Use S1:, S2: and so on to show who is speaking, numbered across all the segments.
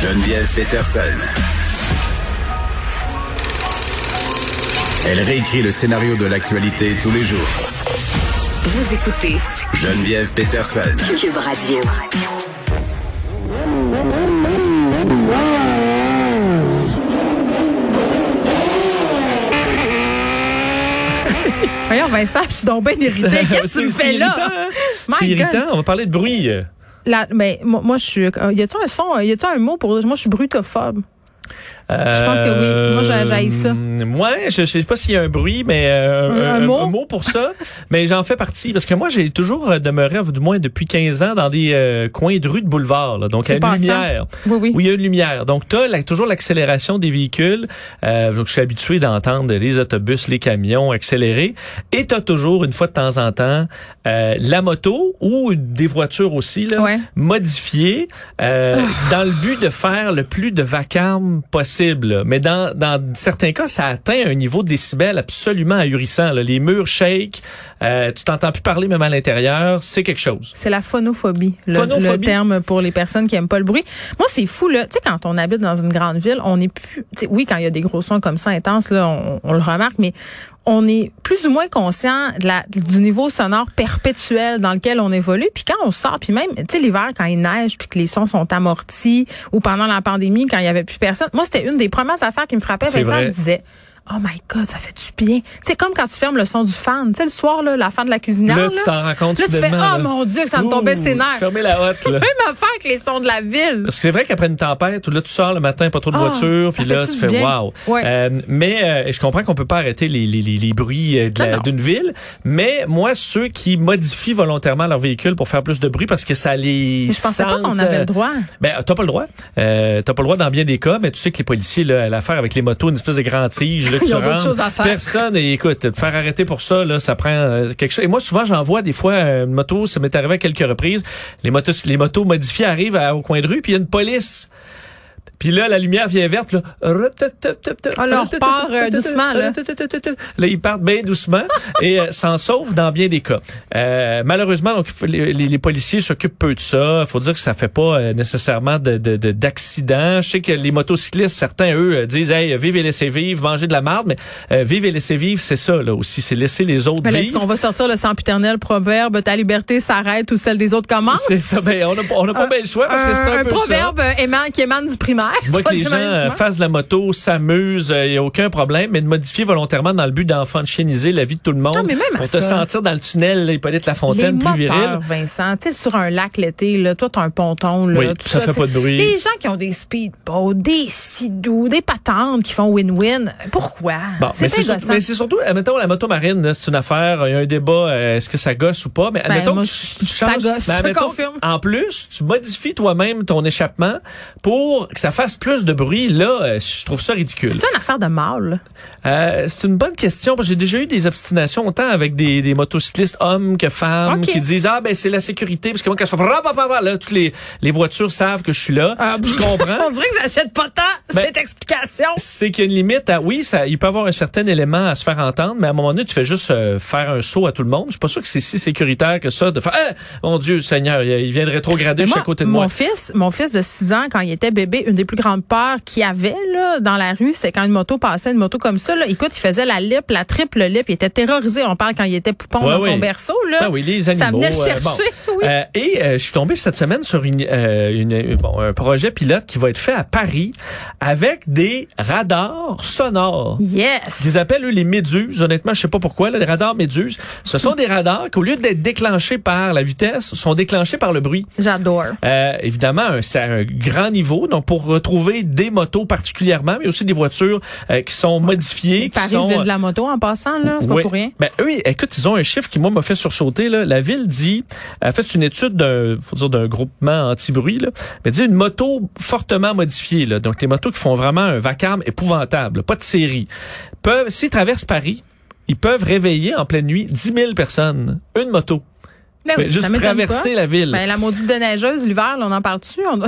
S1: Geneviève Peterson. Elle réécrit le scénario de l'actualité tous les jours.
S2: Vous écoutez
S1: Geneviève Peterson.
S2: Cube Radio.
S3: Voyons, Vincent, je suis donc bien irritée. Qu'est-ce que tu me fais là?
S4: hein? C'est
S3: My God.
S4: irritant, on va parler de bruit. Euh,
S3: La- ben, moi, moi, je suis. euh, y a-t-il un son? euh, Y a-t-il un mot pour. Moi, je suis brutophobe.
S4: je
S3: pense que oui. Moi, j'ai- j'haïs ça.
S4: euh, Ouais, je, je sais pas s'il y a un bruit, mais euh,
S3: Un- un mot?
S4: pour ça. mais j'en fais partie parce que moi, j'ai toujours euh, demeuré, du moins depuis 15 ans, dans des euh, coins de rue de boulevard, là, donc à
S3: C'est
S4: une
S3: passant.
S4: lumière.
S3: Oui, oui.
S4: Où il y a une lumière. Donc, tu as toujours l'accélération des véhicules. Euh, donc, je suis habitué d'entendre les autobus, les camions accélérer. Et tu as toujours, une fois de temps en temps, euh, la moto ou une- des voitures aussi, là,
S3: Ouais. Oh.
S4: modifiées euh, dans le but de faire le plus de vacarme possible. Mais dans, dans certains cas, ça atteint un niveau de décibel absolument ahurissant. là. Les murs shake, euh, tu t'entends plus parler même à l'intérieur. C'est quelque chose.
S3: C'est la phonophobie, le,
S4: Phonophobie.
S3: le terme pour les personnes qui aiment pas le bruit. Moi, c'est fou là. Tu sais, quand on habite dans une grande ville, on est plus. tu sais, oui, quand il y a des gros sons comme ça intenses, là, on, on le remarque, mais on est plus ou moins conscient de la, du niveau sonore perpétuel dans lequel on évolue. Puis quand on sort, puis même, tu sais, l'hiver quand il neige, puis que les sons sont amortis, ou pendant la pandémie quand il y avait plus personne. Moi, c'était une des premières affaires qui me frappait.
S4: C'est
S3: Vincent,
S4: vrai.
S3: je disais. Oh my God, ça fait du bien. C'est comme quand tu fermes le son du fan. Tu sais, le soir, là, la fin de la cuisine.
S4: Là, tu t'en rends compte
S3: Là, tu fais,
S4: soudainement,
S3: oh
S4: là.
S3: mon Dieu, que ça me tombait
S4: Ouh,
S3: ses nerfs.
S4: Fermez la hotte, là.
S3: Même affaire que les sons de la ville.
S4: Parce que c'est vrai qu'après une tempête, là, tu sors le matin, pas trop de
S3: Ah,
S4: voitures,
S3: ça
S4: puis là,
S3: fait-tu
S4: tu
S3: du
S4: fais
S3: bien?
S4: wow.
S3: Ouais.
S4: Euh, mais euh, je comprends qu'on peut pas arrêter les, les, les, les bruits euh, de la-
S3: Non, non.
S4: d'une ville, mais moi, ceux qui modifient volontairement leur véhicule pour faire plus de bruit parce que ça les
S3: Mais je pensais pas
S4: sente,
S3: qu'on avait
S4: euh,
S3: le droit.
S4: ben, t'as pas le droit. Euh, t'as pas le droit dans bien des cas, mais tu sais que les policiers, là, l'affaire avec les motos, une espèce de grand tige, là, que
S3: Ils
S4: tu
S3: ont d'autres
S4: rentres,
S3: choses à faire.
S4: Personne, et écoute, te faire arrêter pour ça, là, ça prend euh, quelque chose. Et moi, souvent, j'en vois des fois euh, une moto, ça m'est arrivé à quelques reprises. Les motos, les motos modifiées arrivent à- au coin de rue, puis il y a une police. Puis là, la lumière vient verte, là.
S3: Ah, là, on repart, euh, doucement, là.
S4: Là, ils partent bien doucement et euh, s'en sauvent dans bien des cas. Euh, malheureusement, donc, il faut- les, les- les policiers s'occupent peu de ça. Il faut dire que ça fait pas euh, nécessairement de- de- de- d'accidents. Je sais que les motocyclistes, certains, eux, euh, disent hey, vive et laissez vivre, mangez de la marde, mais euh, vive et laissez vivre, c'est ça là aussi. C'est laisser les autres
S3: Mais là, Est-ce
S4: vivre.
S3: qu'on va sortir le sempiternel proverbe ta liberté s'arrête ou celle des autres commence?
S4: C'est ça. Ben, on n'a pas- on n'a pas bien le choix parce que c'est un,
S3: Euh, un
S4: peu ça.
S3: proverbe euh, éman- qui émane du primaire.
S4: Je vois que les gens
S3: troisième
S4: euh,
S3: arrondissement.
S4: fassent de la moto, s'amusent, il n'y a aucun problème, mais de modifier volontairement dans le but d'enfanchieniser la vie de tout le monde.
S3: Non, Ah, mais même à
S4: pour te
S3: ça.
S4: sentir dans le tunnel, Hippolyte
S3: les
S4: Lafontaine, plus
S3: moteurs,
S4: viril.
S3: Vincent, tu sais, sur un lac l'été, là, toi, t'as un ponton, là,
S4: Oui,
S3: tout
S4: ça fait
S3: tu sais.
S4: pas de bruit.
S3: Les gens qui ont des speedboats, des sidous, des patentes qui font win-win, pourquoi?
S4: Bon, mais
S3: c'est
S4: c'est
S3: pas
S4: sur-
S3: gossant.
S4: mais c'est surtout, admettons, la moto marine, là, c'est une affaire, il y a un débat, euh, est-ce que ça gosse ou pas, mais admettons
S3: Ben, moi,
S4: que
S3: je-
S4: tu, tu
S3: ça
S4: changes,
S3: gosse,
S4: mais
S3: je
S4: admettons
S3: confirme.
S4: que, En plus, tu modifies toi-même ton échappement pour que ça fasse plus de bruit, là, euh, je trouve ça ridicule.
S3: C'est une affaire de mâle.
S4: Euh, c'est une bonne question parce que j'ai déjà eu des obstinations autant avec des, des motocyclistes hommes que femmes
S3: Ok.
S4: qui disent ah ben c'est la sécurité parce que moi quand je fais Ra, pa, pa, pa là toutes les les voitures savent que je suis là.
S3: Ah,
S4: je comprends.
S3: On dirait que j'achète pas tant
S4: Ben,
S3: cette explication.
S4: C'est qu'il y a une limite à oui, ça, il peut avoir un certain élément à se faire entendre, mais à un moment donné, tu fais juste euh, faire un saut à tout le monde. Je suis pas sûr que c'est si sécuritaire que ça de faire Ah, mon Dieu, Seigneur, il, il vient de rétrograder
S3: Mais
S4: juste
S3: moi,
S4: à côté de
S3: mon
S4: moi.
S3: fils, mon fils de 6 ans, quand il était bébé, une des plus grandes peurs qu'il avait là, dans la rue, c'est quand une moto passait, une moto comme ça. Là, écoute, il faisait la lip, la triple lip. Il était terrorisé. On parle quand il était poupon
S4: Ouais,
S3: dans son
S4: oui.
S3: berceau. Là.
S4: Ben oui, les
S3: Ça
S4: animaux.
S3: venait le
S4: euh,
S3: chercher.
S4: bon.
S3: oui.
S4: Euh, et euh, je suis tombé cette semaine sur une, euh, une- bon, un projet pilote qui va être fait à Paris avec des radars sonores.
S3: yes.
S4: Ils appellent eux les méduses. Honnêtement, je sais pas pourquoi. là, les radars méduses, ce sont des radars qui, au lieu d'être déclenchés par la vitesse, sont déclenchés par le bruit.
S3: J'adore.
S4: Euh, évidemment, un- c'est un grand niveau. Donc, pour retrouver des motos particulièrement, mais aussi des voitures euh, qui sont modifiées, qui
S3: Paris
S4: sont euh,
S3: ville de la moto en passant là, c'est
S4: oui.
S3: pas pour rien.
S4: Ben, eux, écoute, ils ont un chiffre qui, moi, m'a fait sursauter. Là. La ville dit, a fait une étude d'un, faut dire, d'un groupement anti-bruit, là, mais dit une moto fortement modifiée, là, donc des motos qui font vraiment un vacarme épouvantable, pas de série, peuvent, s'ils traversent Paris, ils peuvent réveiller en pleine nuit 10 000 personnes. Une moto.
S3: Ben
S4: Mais
S3: oui, ça
S4: juste
S3: m'étonne
S4: traverser
S3: pas.
S4: la ville.
S3: Ben, la maudite déneigeuse l'hiver, là, on en parle-tu? On-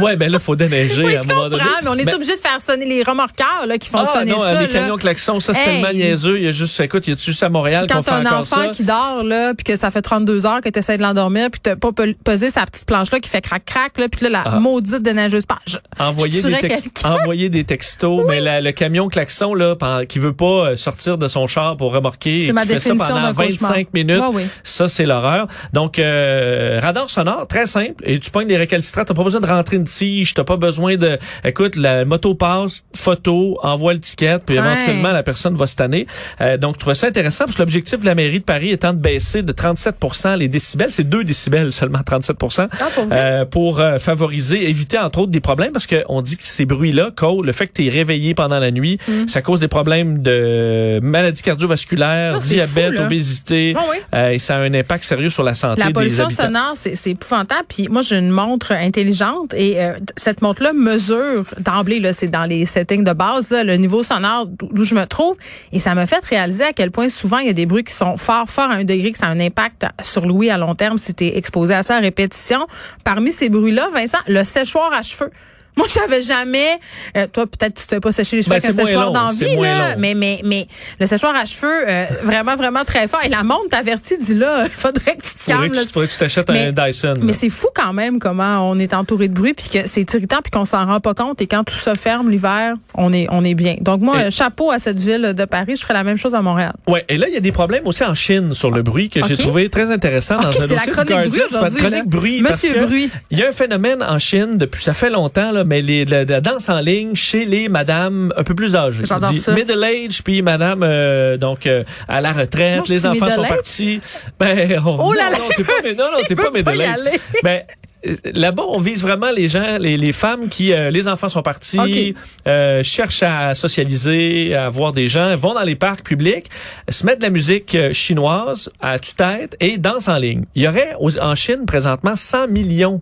S4: Ouais, ben là, faut déneiger
S3: Oui,
S4: à un
S3: je
S4: moment
S3: comprends,
S4: donné.
S3: mais on est
S4: Ben,
S3: obligé de faire sonner les remorqueurs là, qui font
S4: ah
S3: sonner
S4: non,
S3: ça.
S4: les
S3: là.
S4: camions klaxons, ça c'est
S3: Hey.
S4: tellement niaiseux. Il y a juste, écoute, il y a juste à Montréal qu'on
S3: Quand
S4: fait
S3: t'as un
S4: encore
S3: enfant
S4: ça.
S3: qui dort, là, puis que ça fait 32 heures que tu essaies de l'endormir, puis t'as pas pe- pesé sa petite planche-là qui fait crac-crac, là, puis là, la
S4: Ah.
S3: maudite déneigeuse passe. Je- je
S4: Envoyer des,
S3: tuerais
S4: textes,
S3: quelqu'un.
S4: envoyer des textos, mais la- le camion klaxon là, pen- qui veut pas euh, sortir de son char pour remorquer, et
S3: C'est ma
S4: qui fait ça
S3: définition
S4: pendant
S3: d'un
S4: 25
S3: cauchemar.
S4: minutes,
S3: Ouais, oui.
S4: ça c'est l'horreur. Donc euh, radar sonore, très simple, et tu pognes des récalcitrants, t'as pas besoin de rentrer une tige, t'as pas besoin de, écoute, la moto passe, photo, envoie le ticket, puis
S3: Ouais.
S4: éventuellement la personne va se tanner. Euh, donc je trouvais ça intéressant parce que l'objectif de la mairie de Paris étant de baisser de 37% les décibels, c'est 2 décibels seulement 37%.
S3: Ah, pour vrai?
S4: Euh, pour euh, favoriser, éviter entre autres des problèmes parce qu'on dit que ces bruits-là, causent- le fait que tu es réveillé pendant la nuit,
S3: Mm.
S4: ça cause des problèmes de maladies cardiovasculaires,
S3: Ah, c'est
S4: diabète,
S3: fou, là.
S4: obésité,
S3: Ah oui.
S4: euh, et ça a un impact sérieux sur la santé
S3: La
S4: des
S3: pollution
S4: habitants.
S3: sonore, c'est c'est épouvantable. Puis moi, j'ai une montre intelligente et euh, cette montre-là mesure d'emblée, là, c'est dans les settings de base, là, le niveau sonore d'o- d'où je me trouve. Et ça m'a fait réaliser à quel point souvent il y a des bruits qui sont forts, forts à un degré que ça a un impact sur l'ouïe à long terme si tu es exposé à ça à répétition. Parmi ces bruits-là, Vincent, le séchoir à cheveux. Moi, je savais jamais. euh, toi, peut-être tu te fais pas sécher les cheveux
S4: Ben,
S3: avec
S4: c'est
S3: un
S4: moins
S3: séchoir
S4: long, c'est
S3: d'envie,
S4: moins
S3: là.
S4: long.
S3: Mais, mais, mais le séchoir à cheveux, euh, vraiment, vraiment très fort. Et la montre t'avertit, dit là, faudrait que tu te
S4: Faudrait
S3: calmes.
S4: que, tu,
S3: là.
S4: faudrait que tu t'achètes
S3: Mais-
S4: un Dyson.
S3: Mais
S4: là.
S3: c'est fou quand même comment on est entouré de bruit puis que c'est irritant puis qu'on s'en rend pas compte et quand tout se ferme l'hiver, on est on est bien. Donc moi
S4: Et-
S3: euh, chapeau à cette ville de Paris, je ferais la même chose à Montréal.
S4: Ouais, et là, il y a des problèmes aussi en Chine sur le bruit que j'ai
S3: Ok.
S4: trouvé très intéressant dans
S3: Ok,
S4: un
S3: c'est la
S4: dossier
S3: chronique
S4: du Guardian.
S3: bruit
S4: C'est pas une
S3: aujourd'hui,
S4: chronique
S3: là.
S4: bruit.
S3: Monsieur
S4: parce que
S3: bruit.
S4: Il y a un phénomène en Chine depuis, ça fait longtemps, là, mais les, la, la danse en ligne chez les madames un peu plus âgées.
S3: J'adore
S4: On dit
S3: ça.
S4: Middle age, puis madame, euh, donc, euh, à la retraite,
S3: Moi, je
S4: les
S3: suis
S4: enfants
S3: middle
S4: sont
S3: age.
S4: partis. Ben, on,
S3: Oh là
S4: non,
S3: là.
S4: non, t'es pas, mais non, non, t'es
S3: Il
S4: pas
S3: veut pas
S4: middle
S3: y
S4: age.
S3: aller.
S4: Ben, euh, Là-bas, on vise vraiment les gens, les, les femmes qui, euh, les enfants sont partis,
S3: Ok.
S4: euh, cherchent à socialiser, à voir des gens, vont dans les parcs publics, se mettent de la musique euh, chinoise à tue-tête et dansent en ligne. Il y aurait aux- en Chine présentement 100 millions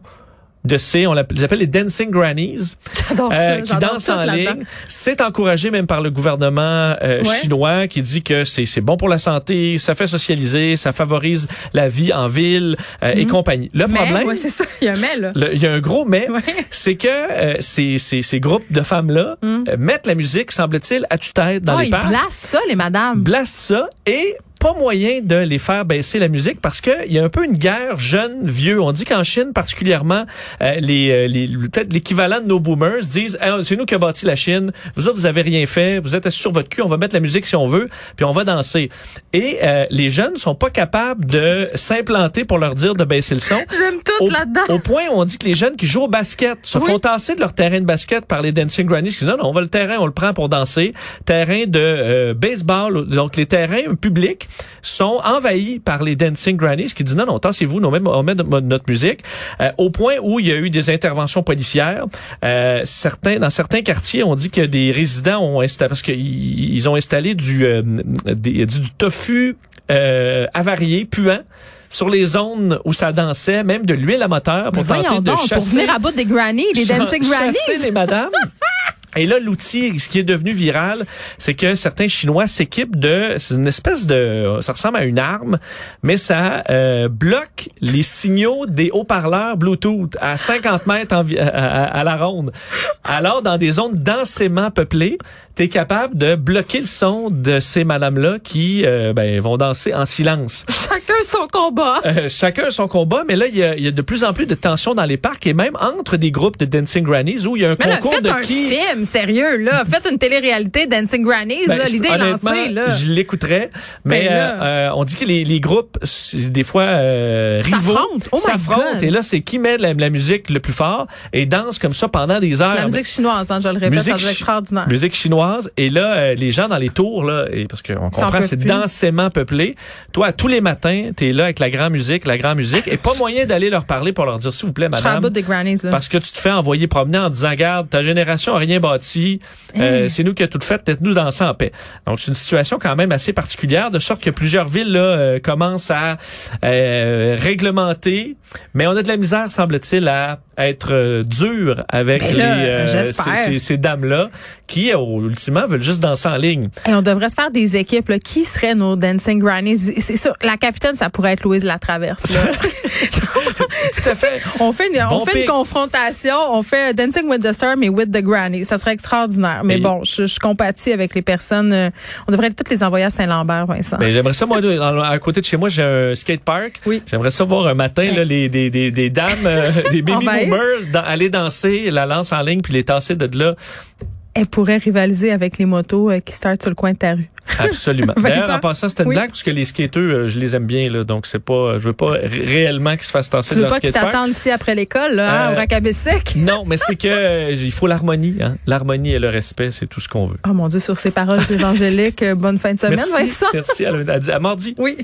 S4: de ces, on l'appelle- les appelle les dancing grannies,
S3: J'adore
S4: euh,
S3: ça,
S4: qui
S3: j'adore
S4: dansent
S3: tout
S4: en
S3: là-dedans.
S4: ligne. C'est encouragé même par le gouvernement euh,
S3: Ouais.
S4: chinois qui dit que c'est c'est bon pour la santé, ça fait socialiser, ça favorise la vie en ville euh,
S3: Mhm.
S4: et compagnie. Le
S3: Mais
S4: problème,
S3: ouais, c'est ça, il y a un mais là.
S4: le- Il y a un gros mais,
S3: Ouais.
S4: c'est que euh, ces, ces, ces groupes de femmes-là euh, mettent la musique, semble-t-il, à tue-tête dans
S3: Mm. Ah,
S4: les
S3: ils
S4: parcs,
S3: blastent ça les madames.
S4: blastent ça et pas moyen de les faire baisser la musique parce que il y a un peu une guerre jeune-vieux. On dit qu'en Chine, particulièrement, euh, les, euh, les peut-être l'équivalent de nos boomers disent Ah, c'est nous qui avons bâti la Chine, vous autres, vous avez rien fait, vous êtes assis sur votre cul, on va mettre la musique si on veut, puis on va danser. Et euh, les jeunes sont pas capables de s'implanter pour leur dire de baisser le son
S3: J'aime
S4: au,
S3: tout là-dedans.
S4: au point où on dit que les jeunes qui jouent au basket se
S3: Oui.
S4: font tasser de leur terrain de basket par les dancing grannies qui disent non, non, on va le terrain, on le prend pour danser. Terrain de euh, baseball, donc les terrains publics sont envahis par les dancing grannies qui disent non, non, tassez-vous, nous, on met, on met de- notre musique. Euh, au point où il y a eu des interventions policières, euh, certains, dans certains quartiers, on dit que des résidents ont installé, parce qu'ils ils ont installé du, euh, des- du, du tofu euh, avarié, puant, sur les zones où ça dansait, même de l'huile à moteur
S3: Mais
S4: pour
S3: voyons
S4: tenter de
S3: donc, pour
S4: chasser,
S3: venir à bout des grannies, des
S4: cha-
S3: dancing grannies.
S4: chasser les madames. Et là, l'outil, ce qui est devenu viral, c'est que certains Chinois s'équipent de, c'est une espèce de, ça ressemble à une arme, mais ça euh, bloque les signaux des haut-parleurs Bluetooth à 50 mètres envi- à, à- à la ronde. Alors, dans des zones densément peuplées, t'es capable de bloquer le son de ces madames-là qui euh, ben, vont danser en silence.
S3: Chacun son combat.
S4: Euh, chacun son combat, mais là, il y, a, il y a de plus en plus de tensions dans les parcs et même entre des groupes de Dancing Grannies où il y a un
S3: Mais là,
S4: concours
S3: faites un
S4: de qui...
S3: film, sérieux, là. Faites une télé-réalité, Dancing Grannies,
S4: Ben,
S3: là.
S4: je-
S3: L'idée est
S4: honnêtement,
S3: lancée, là.
S4: Je l'écouterais, mais
S3: Ben là.
S4: euh, euh, on dit que les, les groupes, c'est des fois, euh, rivaux,
S3: S'affrontent. Oh my
S4: s'affrontent.
S3: God.
S4: Et là, c'est qui met la, la musique le plus fort et danse comme ça pendant des heures.
S3: La musique chinoise, hein, je le répète, ça doit être
S4: chi-
S3: extraordinaire.
S4: musique chinoise. Et là, euh, les gens dans les tours, là, et parce qu'on
S3: Ils s'en
S4: comprend,
S3: peuvent
S4: c'est
S3: plus.
S4: densément peuplé. Toi, tous les matins, t'es là avec la grande musique, la grande musique, et pas moyen d'aller leur parler pour leur dire, s'il vous plaît,
S3: Je serais à
S4: madame,
S3: bout des grannies, là.
S4: parce que tu te fais envoyer promener en disant, garde, ta génération a rien bâti, euh, c'est nous qui a tout fait, peut-être nous danser en paix. Donc, c'est une situation quand même assez particulière, de sorte que plusieurs villes là, euh, commencent à euh, réglementer, mais on a de la misère, semble-t-il, à être euh, dur avec
S3: Ben là,
S4: les, euh,
S3: j'espère.
S4: ces, ces- ces dames-là qui, euh, ultimement, veulent juste danser en ligne.
S3: Et on devrait se faire des équipes. Là. Qui seraient nos dancing grannies? C'est ça. La capitaine, ça pourrait être Louise Latraverse. Là.
S4: Tout à fait.
S3: on fait, une,
S4: Bon
S3: on fait une
S4: pic.
S3: confrontation. On fait Dancing with the Star, mais with the granny. Ça serait extraordinaire. Mais
S4: Et-
S3: bon, je, je compatis avec les personnes. euh, on devrait toutes les envoyer à Saint-Lambert, Vincent.
S4: Ben, j'aimerais ça, moi, dans- à côté de chez moi, j'ai un skatepark.
S3: Oui.
S4: J'aimerais ça voir un matin, là, les, des, des, des dames, euh, des baby
S3: Envahir.
S4: boomers, dans- aller danser la lance en ligne puis les tasser de là.
S3: Elle pourrait rivaliser avec les motos euh, qui startent sur le coin de ta rue.
S4: Absolument.
S3: Vincent?
S4: D'ailleurs, en passant, c'était une
S3: Oui.
S4: blague, parce que les skateurs, euh, je les aime bien, là, donc c'est pas, je veux pas ré- réellement qu'ils se fassent tasser
S3: Tu
S4: de
S3: veux
S4: leur
S3: pas qu'ils
S4: skatepark.
S3: t'attendent ici après l'école, là, hein,
S4: Euh,
S3: au Racabessic?
S4: Non, mais c'est que euh, il faut l'harmonie, hein. L'harmonie et le respect, c'est tout ce qu'on veut.
S3: Oh mon Dieu, sur ces paroles évangéliques, euh, bonne fin de semaine,
S4: merci,
S3: Vincent.
S4: merci à, lundi- à mardi.
S3: Oui.